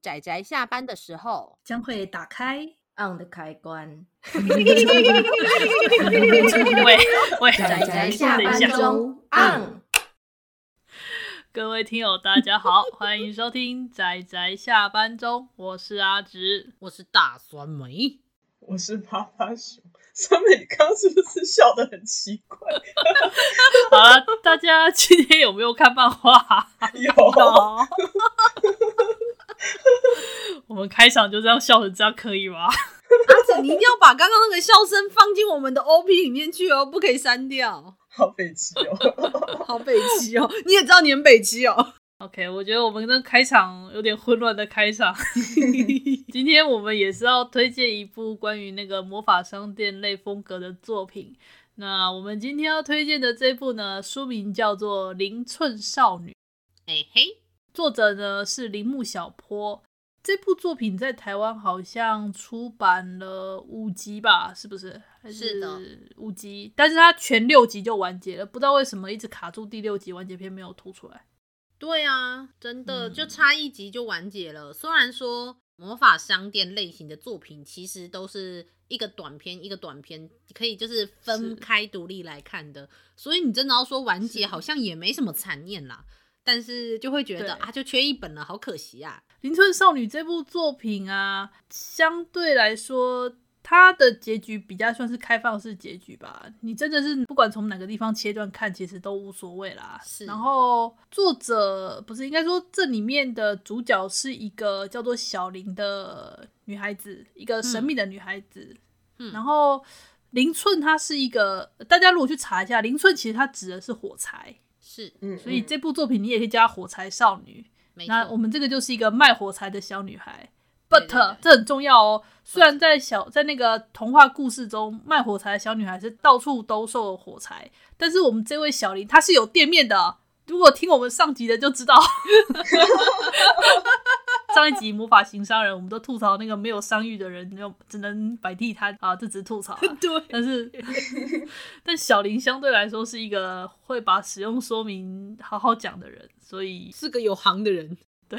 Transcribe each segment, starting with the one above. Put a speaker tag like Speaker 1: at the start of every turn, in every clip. Speaker 1: 仔仔下班的时候，
Speaker 2: 将会打开。
Speaker 3: on 的开关。
Speaker 4: 喂喂，
Speaker 1: 宅宅下
Speaker 4: 等一
Speaker 1: 班
Speaker 4: 下嗯
Speaker 1: 中
Speaker 3: on。
Speaker 4: 各位听友大家好，欢迎收听仔仔下班中，我是阿直。
Speaker 5: 我是大酸梅。
Speaker 6: 我是趴趴熊。小美，你刚刚是不是笑得很奇怪？
Speaker 4: 好了，大家今天有没有看漫画？
Speaker 6: 有，
Speaker 4: 我们开场就这样笑成这样，可以吗？
Speaker 5: 阿 紫，你一定要把刚刚那个笑声放进我们的 OP 里面去哦，不可以删掉。
Speaker 6: 好北齐哦。
Speaker 5: 好北齐哦，你也知道你很北齐哦。
Speaker 4: OK，我觉得我们这开场有点混乱的开场。今天我们也是要推荐一部关于那个魔法商店类风格的作品。那我们今天要推荐的这部呢，书名叫做《零寸少女》，
Speaker 5: 哎嘿，
Speaker 4: 作者呢是铃木小坡。这部作品在台湾好像出版了五集吧，是不是？还
Speaker 5: 是的，
Speaker 4: 五集，但是它全六集就完结了，不知道为什么一直卡住第六集完结篇没有吐出来。
Speaker 5: 对啊，真的
Speaker 4: 嗯
Speaker 5: 就差一集就完结了。虽然说魔法商店类型的作品其实都是一个短片一个短片，可以就是
Speaker 4: 是
Speaker 5: 分开独立来看的，所以你真的要说完结，
Speaker 4: 是
Speaker 5: 好像也没什么残念啦。但是就会觉
Speaker 4: 对
Speaker 5: 得啊，就缺一本了，好可惜啊。
Speaker 4: 《邻村少女》这部作品啊，相对来说，它的结局比较算是开放式结局吧。你真的是不管从哪个地方切断看，其实都无所谓啦。
Speaker 5: 是
Speaker 4: 然后作者不是应该说这里面的主角是一个叫做小林的女孩子，一个神秘的女孩子。
Speaker 5: 嗯
Speaker 4: 然后林寸她是一个，大家如果去查一下，林寸其实它指的是火柴，
Speaker 5: 是，
Speaker 6: 嗯，
Speaker 4: 所以这部作品你也可以叫它火柴少女。
Speaker 5: 没
Speaker 4: 那
Speaker 5: 错，
Speaker 4: 我们这个就是一个卖火柴的小女孩
Speaker 5: 对
Speaker 4: ，but
Speaker 5: 对对
Speaker 4: 这很重要哦。虽然在小在那个童话故事中，卖火柴的小女孩是到处兜售火柴，但是我们这位小林她是有店面的。如果听我们上集的就知道， 上一集魔法型商人，我们都吐槽那个没有商誉的人，就只能摆地摊啊，这只是 吐槽啊、
Speaker 5: 对，
Speaker 4: 但是，但小林相对来说是一个会把使用说明好好讲的人，所以
Speaker 5: 是个有行的人。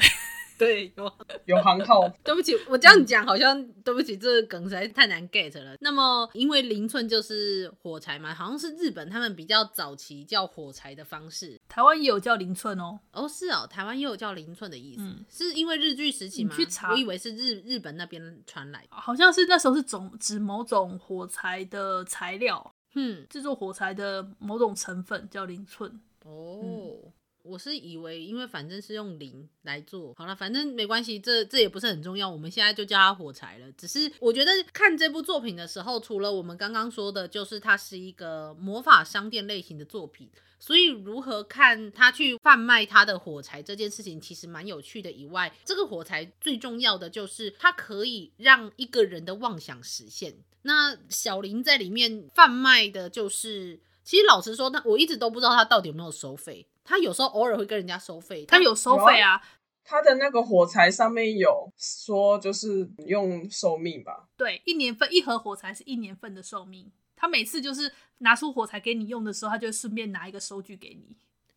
Speaker 4: 对有
Speaker 6: 有行号，
Speaker 5: 对不起，我这样讲好像对不起，这个梗实在是太难 get 了。那么，因为零寸就是火柴嘛，好像是日本他们比较早期叫火柴的方式。
Speaker 4: 台湾也有叫零寸哦，
Speaker 5: 哦，是哦，台湾也有叫零寸的意思，
Speaker 4: 嗯
Speaker 5: 是因为日剧时期
Speaker 4: 你
Speaker 5: 吗？
Speaker 4: 去查
Speaker 5: 我以为是日日本那边传来的。
Speaker 4: 好像是那时候是种指某种火柴的材料，
Speaker 5: 嗯，
Speaker 4: 制作火柴的某种成分叫零寸。
Speaker 5: 哦。
Speaker 4: 嗯
Speaker 5: 我是以为，因为反正是用零来做，好了，反正没关系，这这也不是很重要，我们现在就叫它火柴了。只是我觉得看这部作品的时候，除了我们刚刚说的，就是它是一个魔法商店类型的作品，所以如何看他去贩卖他的火柴这件事情，其实蛮有趣的。以外，这个火柴最重要的就是它可以让一个人的妄想实现。那小林在里面贩卖的就是，其实老实说，他我一直都不知道他到底有没有收费。他有时候偶尔会跟人家收费，
Speaker 4: 它有收费啊，
Speaker 6: 他的那个火柴上面有说，就是用寿命吧。
Speaker 4: 对，一年份一盒火柴是一年份的寿命。他每次就是拿出火柴给你用的时候，他就会顺便拿一个收据给你。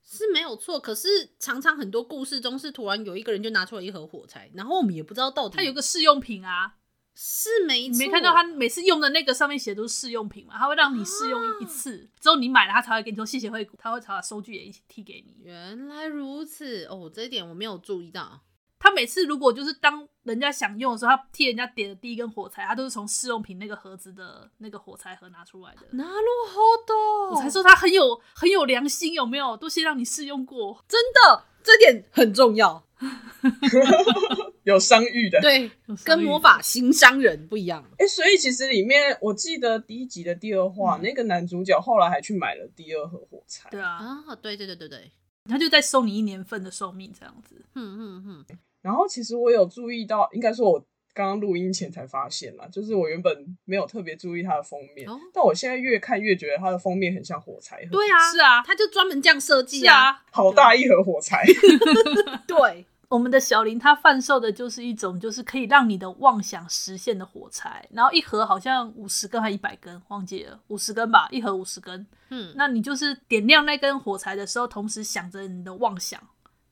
Speaker 5: 是没有错。可是常常很多故事中是突然有一个人就拿出了一盒火柴，然后我们也不知道到底
Speaker 4: 他有个试用品啊，
Speaker 5: 是没
Speaker 4: 你没
Speaker 5: 错
Speaker 4: 看到他每次用的那个上面写都是试用品嘛？他会让你试用一次，之后你买了他才会给你说谢谢惠顾，他会才把收据也一起贴给你。
Speaker 5: 原来如此哦，这一点我没有注意到。
Speaker 4: 他每次如果就是当人家想用的时候，他替人家点的第一根火柴，他都是从试用品那个盒子的那个火柴盒拿出来的。
Speaker 5: なるほど，
Speaker 4: 我才说他很有很有良心，有没有？都先让你试用过。
Speaker 5: 真的，这点很重要。
Speaker 6: 有商誉的，
Speaker 5: 对，跟魔法型商人不一样。
Speaker 6: 哎、所以其实里面我记得第一集的第二话，那个男主角后来还去买了第二盒火柴。
Speaker 4: 对啊，
Speaker 5: 啊，对对对对对，
Speaker 4: 他就在收你一年份的寿命这样子。
Speaker 5: 嗯嗯嗯，
Speaker 6: 然后其实我有注意到，应该说我刚刚录音前才发现啦，就是我原本没有特别注意它的封面，
Speaker 5: 哦
Speaker 6: 但我现在越看越觉得它的封面很像火柴盒，
Speaker 5: 对啊，
Speaker 4: 是啊
Speaker 5: 他就专门这样设计
Speaker 4: 是，啊，
Speaker 6: 好大一盒火柴。
Speaker 5: 对，
Speaker 4: 我们的小林他贩售的就是一种就是可以让你的妄想实现的火柴，然后一盒好像五十根还一百根，忘记了五十根吧，一盒五十根。
Speaker 5: 嗯，
Speaker 4: 那你就是点亮那根火柴的时候，同时想着你的妄想，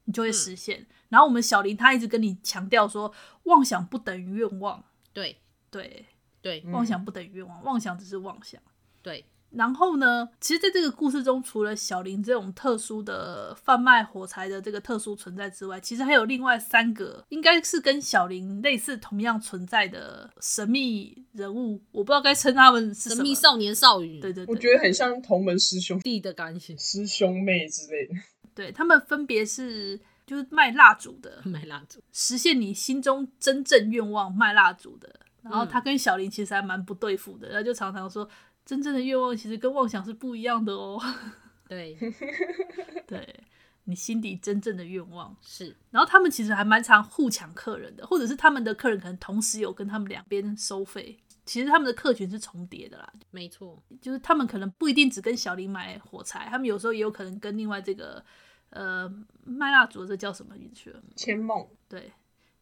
Speaker 4: 你就会实现。
Speaker 5: 嗯
Speaker 4: 然后我们小林他一直跟你强调说，妄想不等于愿望，
Speaker 5: 对
Speaker 4: 对，
Speaker 5: 对
Speaker 6: 嗯
Speaker 4: 妄想不等于愿望，妄想只是妄想。
Speaker 5: 对，
Speaker 4: 然后呢，其实在这个故事中，除了小林这种特殊的贩卖火柴的这个特殊存在之外，其实还有另外三个，应该是跟小林类似同样存在的神秘人物，我不知道该称他们是什
Speaker 5: 神
Speaker 4: 么。
Speaker 5: 秘少年少女，
Speaker 4: 对对对，
Speaker 6: 我觉得很像同门师兄、
Speaker 5: 弟的感情，
Speaker 6: 师兄妹之类的。
Speaker 4: 对他们分别是就是卖蜡烛的，
Speaker 5: 买蜡烛，
Speaker 4: 实现你心中真正愿望卖蜡烛的。然后
Speaker 5: 嗯
Speaker 4: 他跟小林其实还蛮不对付的，他就常常说，真正的愿望其实跟妄想是不一样的哦。
Speaker 5: 对，
Speaker 4: 对你心底真正的愿望。
Speaker 5: 是，
Speaker 4: 然后他们其实还蛮常互抢客人的，或者是他们的客人可能同时有跟他们两边收费。其实他们的客群是重叠的啦，
Speaker 5: 没错，
Speaker 4: 就是他们可能不一定只跟小林买火柴，他们有时候也有可能跟另外这个呃卖蜡烛的这叫什么名去了？
Speaker 6: 千梦
Speaker 4: 对，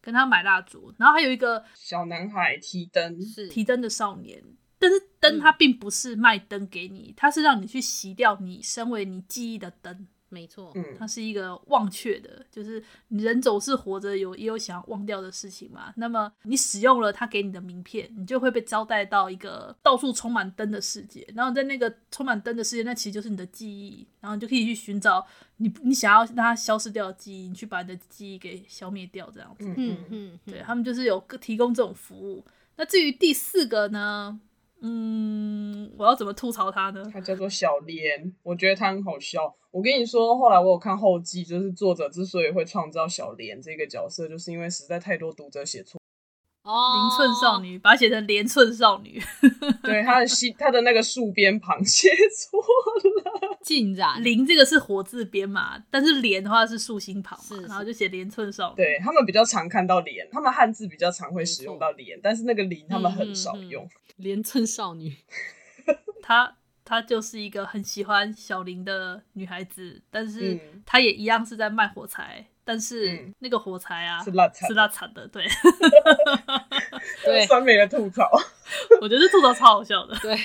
Speaker 4: 跟他买蜡烛。然后还有一个
Speaker 6: 小男孩提灯，
Speaker 5: 是，
Speaker 4: 提灯的少年。但是灯
Speaker 5: 嗯
Speaker 4: 它并不是卖灯给你，它是让你去洗掉你身为你记忆的灯，
Speaker 5: 没错，
Speaker 6: 嗯，
Speaker 4: 它是一个忘却的，就是你人总是活着有也有想要忘掉的事情嘛。那么你使用了它给你的名片，你就会被招待到一个到处充满灯的世界。然后在那个充满灯的世界，那其实就是你的记忆，然后你就可以去寻找你你想要让它消失掉的记忆，你去把你的记忆给消灭掉，这样子。
Speaker 6: 嗯
Speaker 5: 嗯
Speaker 6: 嗯
Speaker 5: 嗯，
Speaker 4: 对
Speaker 5: 嗯
Speaker 4: 他们就是有各提供这种服务。那至于第四个呢？嗯，我要怎么吐槽他呢？
Speaker 6: 他叫做小莲，我觉得他很好笑。我跟你说，后来我有看后记，就是作者之所以会创造小莲这个角色，就是因为实在太多读者写错。
Speaker 5: 哦，
Speaker 4: 零寸少，女，把它写成连寸少女，
Speaker 6: 对，他的西，他的那个戍边旁写错 了。
Speaker 5: 竟
Speaker 6: 啊
Speaker 5: 然
Speaker 4: 零这个是火字边嘛，但是连的话是竖心旁嘛，
Speaker 5: 是是
Speaker 4: 然后就写连寸少女。
Speaker 6: 对他们比较常看到莲，他们汉字比较常会使用到莲，但是那个林他们
Speaker 5: 嗯嗯
Speaker 6: 很少用。
Speaker 5: 连称少女，
Speaker 4: 她她就是一个很喜欢小林的女孩子，但是
Speaker 6: 嗯
Speaker 4: 她也一样是在卖火柴，但是
Speaker 6: 嗯
Speaker 4: 那个火柴啊、
Speaker 6: 是辣惨
Speaker 4: 是辣惨的，对
Speaker 5: 对
Speaker 6: 酸梅的吐槽，
Speaker 4: 我觉得这吐槽超好笑的。
Speaker 5: 对。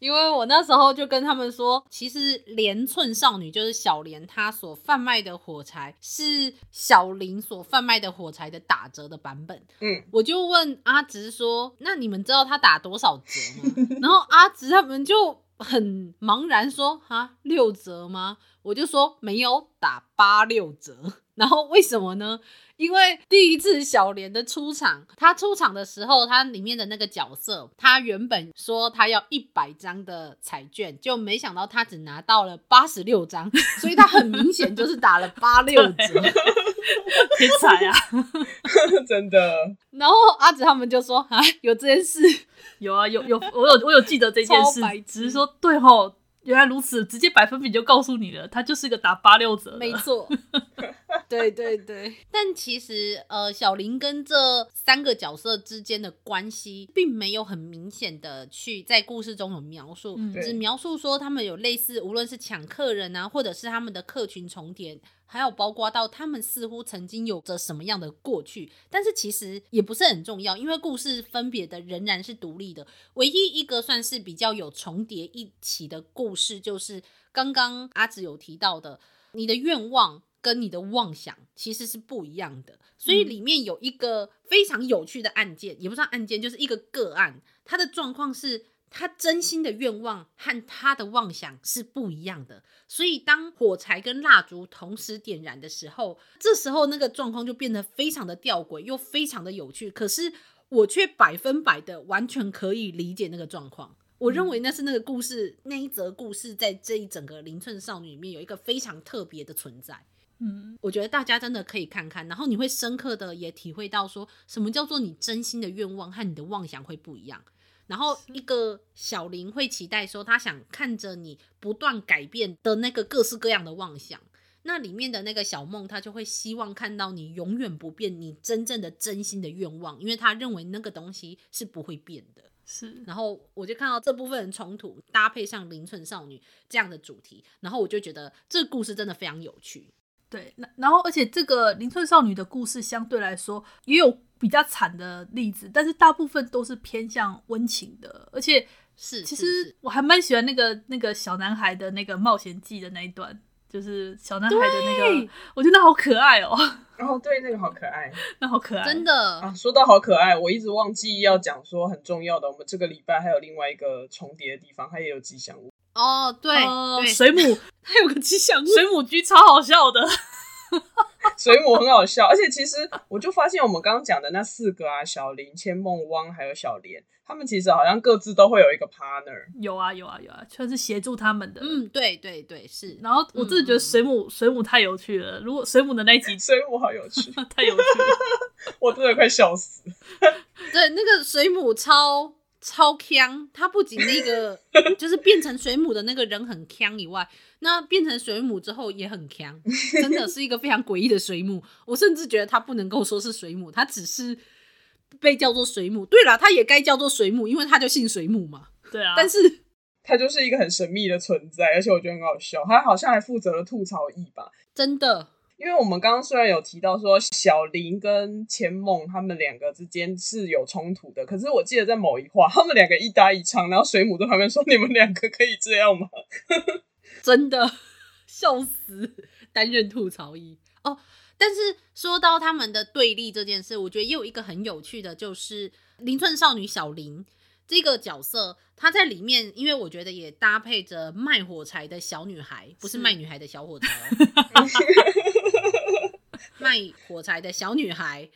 Speaker 5: 因为我那时候就跟他们说，其实连寸少女就是小莲她所贩卖的火柴，是小林所贩卖的火柴的打折的版本。
Speaker 6: 嗯，
Speaker 5: 我就问阿直说：“那你们知道他打多少折吗？” 然后阿直他们就很茫然说：“啊，六折吗？”我就说：“没有，打八六折。”然后为什么呢？因为第一次小莲的出场，她出场的时候，她里面的那个角色，她原本说她要一百张的彩券，就没想到她只拿到了八十六张， 所以她很明显就是打了八六折。
Speaker 4: 天才啊，
Speaker 6: 真的。
Speaker 5: 然后阿紫他们就说：“啊，有这件事。”
Speaker 4: 有啊，有有，我有我有记得这件事
Speaker 5: 超白痴，
Speaker 4: 只是说对吼，原来如此，直接百分比就告诉你了，他就是个打八六折的，
Speaker 5: 没 错，对对对。但其实呃，小林跟这三个角色之间的关系，并没有很明显的去在故事中有描述，
Speaker 4: 嗯
Speaker 5: 只
Speaker 6: 对
Speaker 5: 描述说他们有类似，无论是抢客人啊，或者是他们的客群重叠。还有包括到他们似乎曾经有着什么样的过去，但是其实也不是很重要，因为故事分别的仍然是独立的，唯一一个算是比较有重叠一起的故事，就是刚刚阿紫有提到的，你的愿望跟你的妄想其实是不一样的，所以
Speaker 4: 嗯
Speaker 5: 里面有一个非常有趣的案件，也不算案件，就是一个个案，他的状况是。他真心的愿望和他的妄想是不一样的，所以当火柴跟蜡烛同时点燃的时候，这时候那个状况就变得非常的吊诡，又非常的有趣。可是我却百分百的完全可以理解那个状况。我认为那是那个故事、那一则故事在这一整个《零寸少女》里面有一个非常特别的存在。
Speaker 4: 嗯，
Speaker 5: 我觉得大家真的可以看看，然后你会深刻的也体会到说什么叫做你真心的愿望和你的妄想会不一样。然后一个小林会期待说，他想看着你不断改变的那个各式各样的妄想。那里面的那个小梦，他就会希望看到你永远不变，你真正的真心的愿望，因为他认为那个东西是不会变的。
Speaker 4: 是
Speaker 5: 然后我就看到这部分的冲突搭配上《零寸少女》这样的主题，然后我就觉得这个故事真的非常有趣。
Speaker 4: 对。那然后，而且这个邻村少女的故事相对来说也有比较惨的例子，但是大部分都是偏向温情的，而且
Speaker 5: 是，
Speaker 4: 其
Speaker 5: 是是
Speaker 4: 实我还蛮喜欢那个那个小男孩的那个冒险记的那一段，就是小男孩的那个，我觉得那好可爱哦，
Speaker 6: 然后对那个好可爱
Speaker 4: 那好可爱，
Speaker 5: 真
Speaker 4: 的。
Speaker 5: 的，
Speaker 6: 啊！说到好可爱，我一直忘记要讲说很重要的，我们这个礼拜还有另外一个重叠的地方，它也有吉祥物。
Speaker 5: 哦，对，
Speaker 4: 哦，
Speaker 5: 对
Speaker 4: 水母，
Speaker 5: 还有个吉祥物，
Speaker 4: 水母居超好笑的，
Speaker 6: 水母很好笑，而且其实我就发现我们刚刚讲的那四个啊，小林、千梦、汪还有小莲，他们其实好像各自都会有一个 partner。
Speaker 4: 有啊有啊有啊，算是协助他们的。
Speaker 5: 嗯，对对对，是，
Speaker 4: 然后我真的觉得水母、水母太有趣了，如果水母的那一集
Speaker 6: 水母好有趣，
Speaker 4: 太有趣了，
Speaker 6: 我真的快笑死。
Speaker 5: 对，那个水母超超强，它不仅那个 就是变成水母的那个人很强以外，那变成水母之后也很强，真的是一个非常诡异的水母。我甚至觉得它不能够说是水母，它只是被叫做水母。对了，它也该叫做水母，因为它就姓水母嘛。
Speaker 4: 对啊，
Speaker 5: 但是
Speaker 6: 他就是一个很神秘的存在，而且我觉得很好笑。他好像还负责了吐槽艺吧，
Speaker 5: 真的，
Speaker 6: 因为我们刚刚虽然有提到说小林跟千梦他们两个之间是有冲突的，可是我记得在某一话，他们两个一搭一唱，然后水母在旁边说：“你 们两个可以这样吗
Speaker 5: 真的 笑死，担任吐槽一哦。但是说到他们的对立这件事，我觉得也有一个很有趣的，就是邻村少女小林这个角色，她在里面，因为我觉得也搭配着卖火柴的小女孩，不是
Speaker 4: 是
Speaker 5: 卖女孩的小火柴哦，卖火柴的小女孩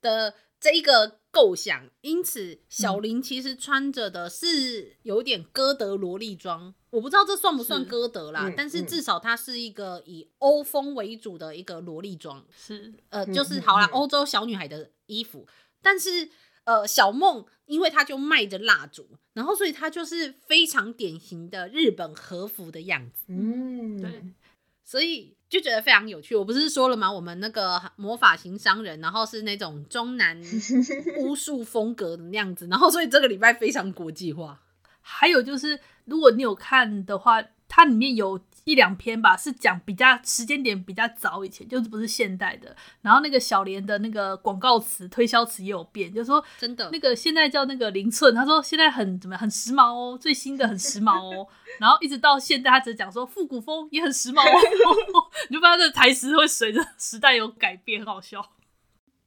Speaker 5: 的这一个构想，因此小林其实穿着的是有点哥德萝莉装，我不知道这算不算
Speaker 4: 是
Speaker 5: 哥德啦，
Speaker 6: 嗯
Speaker 5: 但是
Speaker 6: 嗯
Speaker 5: 至少它是一个以欧风为主的一个萝莉装，
Speaker 4: 是
Speaker 5: 呃，
Speaker 6: 嗯
Speaker 5: 就是
Speaker 6: 嗯
Speaker 5: 好啦，
Speaker 6: 嗯
Speaker 5: 欧洲小女孩的衣服，但是呃，小梦因为她就卖着蜡烛，然后所以她就是非常典型的日本和服的样子？”，
Speaker 6: 嗯，
Speaker 4: 对，
Speaker 5: 所以就觉得非常有趣。我不是说了吗？我们那个魔法型商人，然后是那种中 南巫术风格的那样子，然后所以这个礼拜非常国际化。
Speaker 4: 还有就是，如果你有看的话，它里面有一两篇吧，是讲比较时间点比较早以前，就是不是现代的。然后那个小莲的那个广告词、推销词也有变，就是说
Speaker 5: 真的
Speaker 4: 那个现在叫那个零寸，他说现在很怎么样很时髦哦，最新的很时髦哦。然后一直到现在，他只是讲说复古风也很时 髦哦，你就发现这台词会随着时代有改变，很好笑。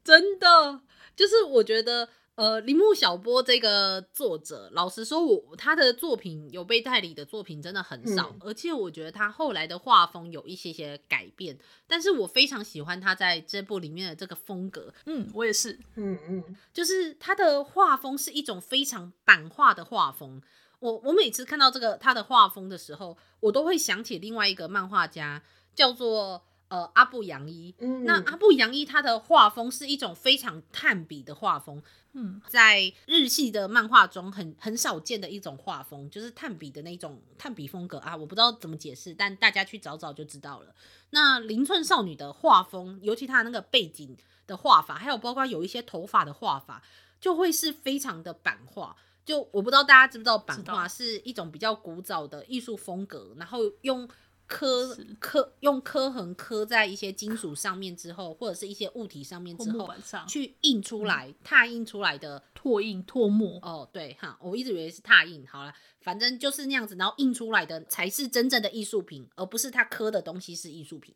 Speaker 5: 真的，就是我觉得，呃，铃木小波这个作者，老实说我，他的作品有被代理的作品真的很少，
Speaker 6: 嗯
Speaker 5: 而且我觉得他后来的画风有一些些改变，但是我非常喜欢他在这部里面的这个风格，
Speaker 4: 嗯，我也是，
Speaker 6: 嗯嗯，
Speaker 5: 就是他的画风是一种非常版画的画风。我我每次看到这个他的画风的时候，我都会想起另外一个漫画家，叫做呃阿布洋一。
Speaker 6: 嗯
Speaker 5: 那阿布洋一他的画风是一种非常炭笔的画风，
Speaker 4: 嗯，
Speaker 5: 在日系的漫画中很很少见的一种画风，就是炭笔的那种炭笔风格啊，我不知道怎么解释，但大家去找找就知道了。那邻村少女的画风，尤其她那个背景的画法，还有包括有一些头发的画法，就会是非常的版画。就我不知道大家知不知道，版
Speaker 4: 知道
Speaker 5: 画是一种比较古早的艺术风格，然后用刻
Speaker 4: 是
Speaker 5: 刻用刻痕刻在一些金属上面之后，或者是一些物体上面
Speaker 4: 或
Speaker 5: 之
Speaker 4: 木
Speaker 5: 后，
Speaker 4: 板上嗯
Speaker 5: 去印出来、拓印出来的
Speaker 4: 拓印拓墨，
Speaker 5: 哦，对哈，我一直以为是拓印，好了，反正就是那样子，然后印出来的才是真正的艺术品，而不是它刻的东西是艺术品，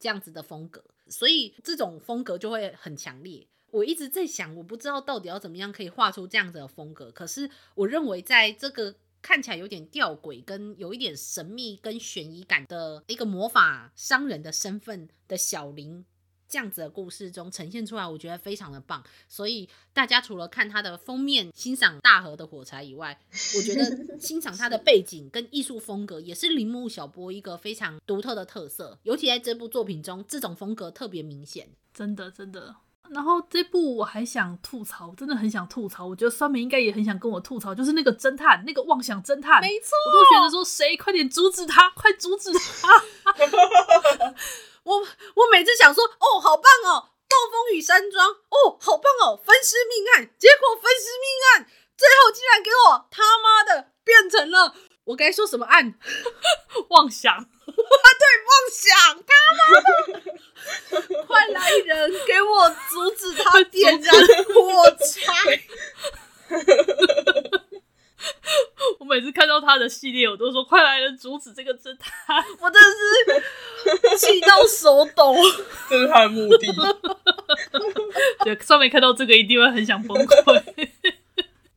Speaker 5: 这样子的风格，所以这种风格就会很强烈。我一直在想，我不知道到底要怎么样可以画出这样子的风格，可是我认为在这个。看起来有点吊诡，跟有一点神秘跟悬疑感的一个魔法商人的身份的小林这样子的故事中呈现出来，我觉得非常的棒。所以大家除了看它的封面欣赏大河的火柴以外，我觉 得欣赏它的背景跟艺术风格也是铃木小波一个非常独特的特色，尤其在这部作品中，这种风格特别明显。
Speaker 4: 真的真的。然后这部我还想吐槽，真的很想吐槽。我觉得酸梅应该也很想跟我吐槽，就是那个侦探，那个妄想侦探，
Speaker 5: 没错，
Speaker 4: 我都觉得说谁快点阻止他，快阻止他！
Speaker 5: 我我每次想说，哦，好棒哦，暴风雨山庄，哦，好棒哦，分尸命案，结果分尸命案最后竟然给我他妈的变成了我该说什么案？
Speaker 4: 妄想，
Speaker 5: 梦想，他妈的！ 快来人，给我阻止他点燃火柴！
Speaker 4: 我每次看到他的系列，我都说快来人阻止这个侦探。
Speaker 5: 我真的是，气到手抖。
Speaker 6: 这是他的目的。
Speaker 4: 对，上面看到这个一定会很想崩溃。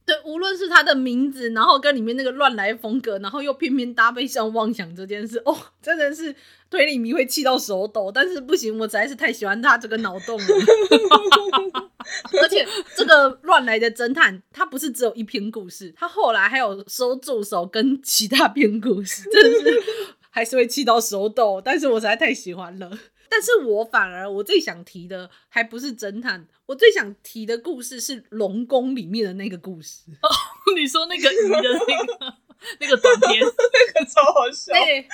Speaker 5: 对，无论是他的名字，然后跟里面那个乱来风格，然后又偏偏搭配像妄想这件事，哦，真的是推理迷会气到手抖。但是不行，我实在是太喜欢他这个脑洞了。 而且这个乱来的侦探，他不是只有一篇故事，他后来还有收助手跟其他篇故事，真的是还是会气到手抖。哦但是我实在太喜欢了。 但是我反而我最想提的还不是侦探，我最想提的故事是《龙宫》里面的那个故事。
Speaker 4: 你说那个鱼的那个 那个短片，
Speaker 6: 超好笑，
Speaker 5: 对，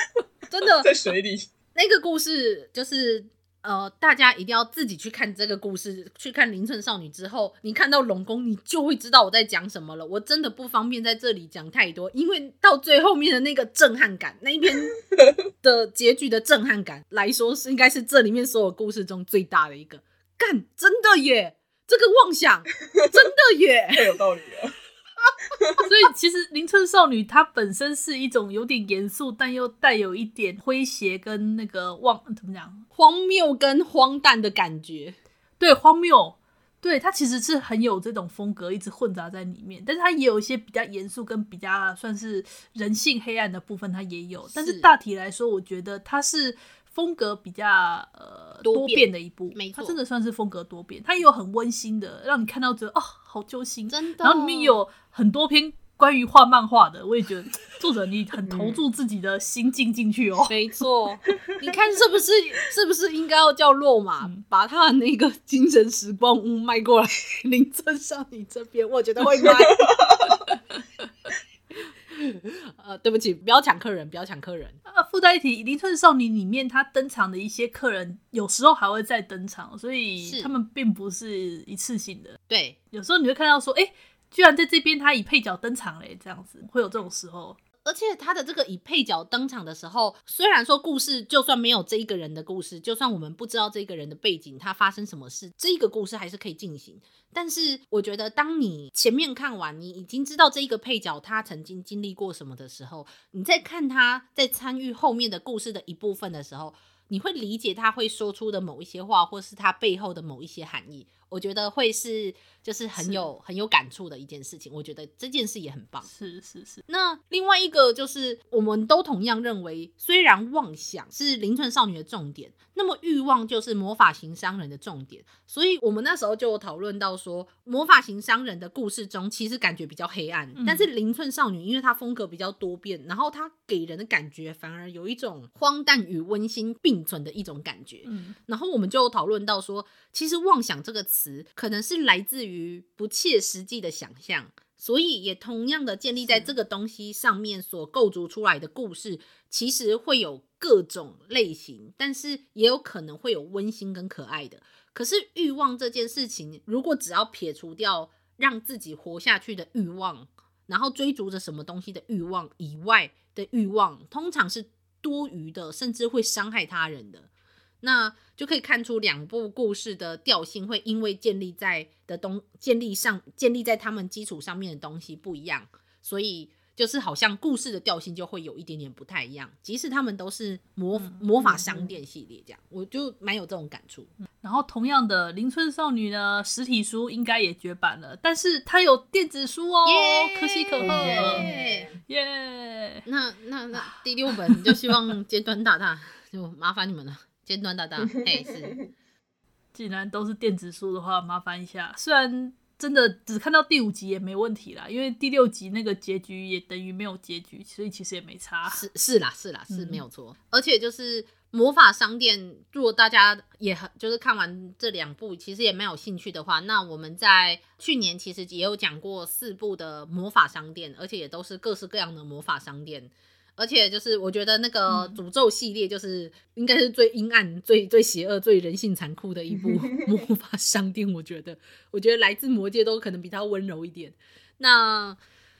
Speaker 5: 真的
Speaker 6: 在水里。
Speaker 5: 那个故事就是呃，大家一定要自己去看这个故事，去看《邻村少女》之后，你看到龙宫，你就会知道我在讲什么了。我真的不方便在这里讲太多，因为到最后面的那个震撼感，那一篇的结局的震撼感来说，是应该是这里面所有故事中最大的一个。干，真的耶！这个妄想真的耶，
Speaker 6: 太有道理了。
Speaker 4: 所以其实《邻村少女》它本身是一种有点严肃，但又带有一点诙谐跟那个忘怎么讲？
Speaker 5: 荒谬跟荒诞的感觉。
Speaker 4: 对，荒谬。对，它其实是很有这种风格，一直混杂在里面。但是它也有一些比较严肃跟比较算是人性黑暗的部分，它也有。但是
Speaker 5: 是
Speaker 4: 大体来说，我觉得它是风格比较呃
Speaker 5: 多
Speaker 4: 多
Speaker 5: 变
Speaker 4: 变的一部，
Speaker 5: 没
Speaker 4: 它
Speaker 5: 错
Speaker 4: 真的算是风格多变。它也有很温馨的，让你看到觉得哦，好揪心，
Speaker 5: 真的
Speaker 4: 然后里面有很多篇关于画漫画的，我也觉得作者你很投注自己的心境进去哦。
Speaker 5: 没错，你看是不是是不是应该要叫落马、把他的那个精神时光屋卖过来林村少女这边？我觉得会卖。 呃，对不起，不要抢客人，不要抢客人。
Speaker 4: 呃，附带一提，《邻村少女》里面他登场的一些客人，有时候还会再登场，所以
Speaker 5: 是
Speaker 4: 他们并不是一次性的。
Speaker 5: 对，
Speaker 4: 有时候你会看到说，哎、居然在这边他以配角登场嘞，这样子会有这种时候。
Speaker 5: 而且他的这个以配角登场的时候，虽然说故事就算没有这一个人的故事，就算我们不知道这个人的背景，他发生什么事，这一个故事还是可以进行。但是我觉得，当你前面看完，你已经知道这一个配角他曾经经历过什么的时候，你再看他在参与后面的故事的一部分的时候，你会理解他会说出的某一些话，或是他背后的某一些含义。我觉得会是就是很
Speaker 4: 是
Speaker 5: 有很有感触的一件事情。我觉得这件事也很棒。
Speaker 4: 是是是，
Speaker 5: 那另外一个就是，我们都同样认为，虽然妄想是邻村少女的重点，那么欲望就是魔法型商人的重点。所以我们那时候就有讨论到说，魔法型商人的故事中其实感觉比较黑暗，
Speaker 4: 嗯
Speaker 5: 但是邻村少女因为她风格比较多变，然后她给人的感觉反而有一种荒诞与温馨并存的一种感觉。
Speaker 4: 嗯，
Speaker 5: 然后我们就讨论到说，其实“妄想”这个词可能是来自于不切实际的想象，所以也同样的建立在
Speaker 4: 是
Speaker 5: 这个东西上面所构筑出来的故事，其实会有各种类型，但是也有可能会有温馨跟可爱的。可是欲望这件事情，如果只要撇除掉让自己活下去的欲望，然后追逐着什么东西的欲望以外的欲望，通常是多余的，甚至会伤害他人的。那就可以看出两部故事的调性会因为建立在的东建立上建立在他们基础上面的东西不一样，所以就是好像故事的调性就会有一点点不太一样。即使他们都是魔、
Speaker 4: 嗯
Speaker 5: 魔法商店系列这样，我就蛮有这种感触。
Speaker 4: 然后同样的，《邻村少女》呢，实体书应该也绝版了，但是它有电子书哦
Speaker 5: 耶
Speaker 4: 可喜可贺，嗯
Speaker 5: 耶
Speaker 4: 耶、
Speaker 5: 那那那第六本就希望 尖端大大，就麻烦你们了。尖端大 大，嘿是，
Speaker 4: 既然都是电子书的话，麻烦一下。虽然真的只看到第五集也没问题啦，因为第六集那个结局也等于没有结局，所以其实也没差。
Speaker 5: 是是啦是啦是
Speaker 4: 啊嗯
Speaker 5: 没有错，而且就是魔法商店，如果大家也很就是看完这两部，其实也蛮有兴趣的话，那我们在去年其实也有讲过四部的魔法商店，而且也都是各式各样的魔法商店。而且就是，我觉得那个
Speaker 4: 嗯
Speaker 5: 诅咒系列就是应该是最阴暗、最最邪恶、最人性残酷的 一部 魔法商店。我觉得，我觉得来自魔界都可能比它温柔一点。那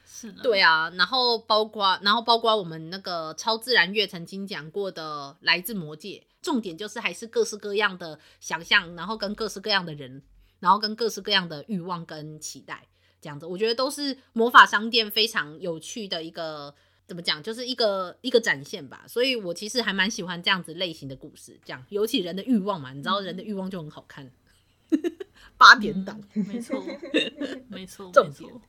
Speaker 4: 是呢，
Speaker 5: 对啊，然后包括然后包括我们那个超自然月曾经讲过的《来自魔界》，重点就是还是各式各样的想象，然后跟各式各样的人，然后跟各式各样的欲望跟期待，这样子，我觉得都是魔法商店非常有趣的一个。怎么讲，就是一个一个展现吧。所以我其实还蛮喜欢这样子类型的故事，这样尤其人的欲望嘛，你知道人的欲望就很好看， 八点档、
Speaker 4: 嗯 没错，没错，
Speaker 5: 重
Speaker 4: 没
Speaker 5: 点
Speaker 4: 错。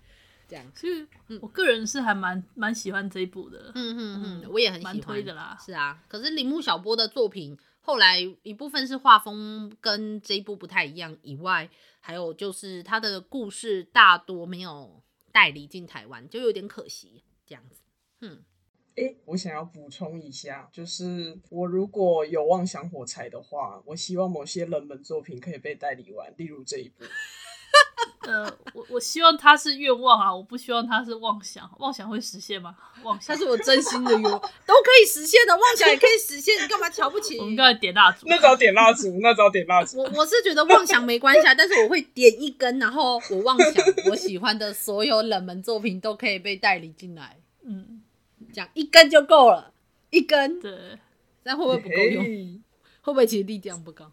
Speaker 5: 这样。
Speaker 4: 所以我个人是还蛮蛮喜欢这一部的，
Speaker 5: 嗯嗯嗯，
Speaker 4: 嗯
Speaker 5: 我也很喜欢
Speaker 4: 蛮推的啦。
Speaker 5: 是啊，可是铃木小波的作品后来一部分是画风跟这一部不太一样以外，还有就是他的故事大多没有带离进台湾，就有点可惜这样子。嗯，
Speaker 6: 诶，我想要补充一下，就是我如果有妄想火柴的话，我希望某些冷门作品可以被代理完，例如这一部。
Speaker 4: 呃，我我希望它是愿望啊，我不希望它是妄想。妄想会实现吗？妄想
Speaker 5: 他。是我真心 的哟，都可以实现的，妄想也可以实现，你干嘛瞧不起
Speaker 4: 我？们刚才点蜡烛，
Speaker 6: 那早点蜡烛，那早点蜡烛。
Speaker 5: 我我是觉得妄想没关系啊，但是我会点一根，然后我妄想我喜欢的所有冷门作品都可以被代理进来，
Speaker 4: 嗯，
Speaker 5: 这样一根就够了，一根，
Speaker 4: 对，
Speaker 5: 但会不会不够用？
Speaker 6: 嘿
Speaker 5: 会不会其实力量不高？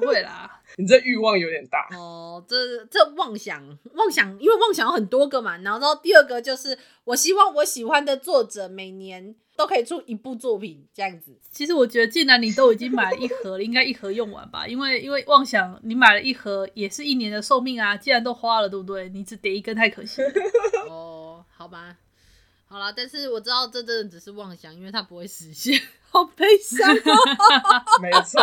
Speaker 4: 不会啦，
Speaker 6: 你这欲望有点大。
Speaker 5: 哦，这这妄想妄想，因为妄想有很多个嘛。然后第二个就是，我希望我喜欢的作者每年都可以出一部作品，这样子。
Speaker 4: 其实我觉得，既然你都已经买了一盒了，应该一盒用完吧？因为因为妄想你买了一盒也是一年的寿命啊，既然都花了，对不对？你只点一根太可惜了。
Speaker 5: 哦，好吧，好啦，但是我知道这真的只是妄想，因为它不会实现，好悲伤哦。
Speaker 6: 没错，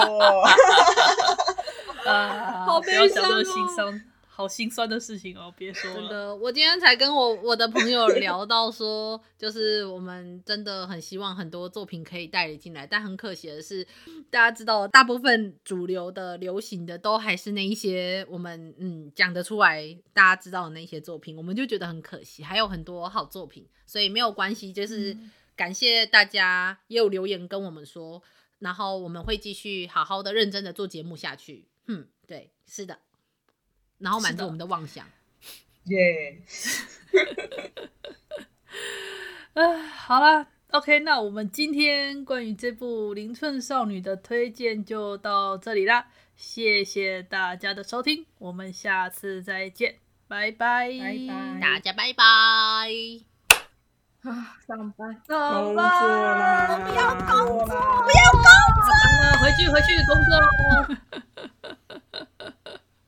Speaker 4: 啊，
Speaker 5: 好
Speaker 4: 不要
Speaker 5: 悲
Speaker 4: 想
Speaker 5: 伤哦
Speaker 4: 这个心酸，好心酸的事情哦，别说
Speaker 5: 真
Speaker 4: 了。
Speaker 5: 的，我今天才跟我我的朋友聊到说，就是我们真的很希望很多作品可以带理进来，但很可惜的是，大家知道大部分主流的、流行的都还是那一些我们嗯讲得出来，大家知道的那些作品，我们就觉得很可惜，还有很多好作品，所以没有关系，就是
Speaker 4: 嗯
Speaker 5: 感谢大家也有留言跟我们说，然后我们会继续好好的、认真的做节目下去。嗯，对，是的，然后满
Speaker 4: 是
Speaker 5: 足
Speaker 4: 的
Speaker 5: 我们的妄想。
Speaker 6: 耶、
Speaker 4: 唉，好啦 o k 那我们今天关于这部《零寸少女》的推荐就到这里啦，谢谢大家的收听，我们下次再见，拜拜，
Speaker 1: 拜拜
Speaker 5: 大家拜拜。
Speaker 1: 啊，上班，
Speaker 6: 工作啦，不要工作，
Speaker 4: 回去回去工作喽。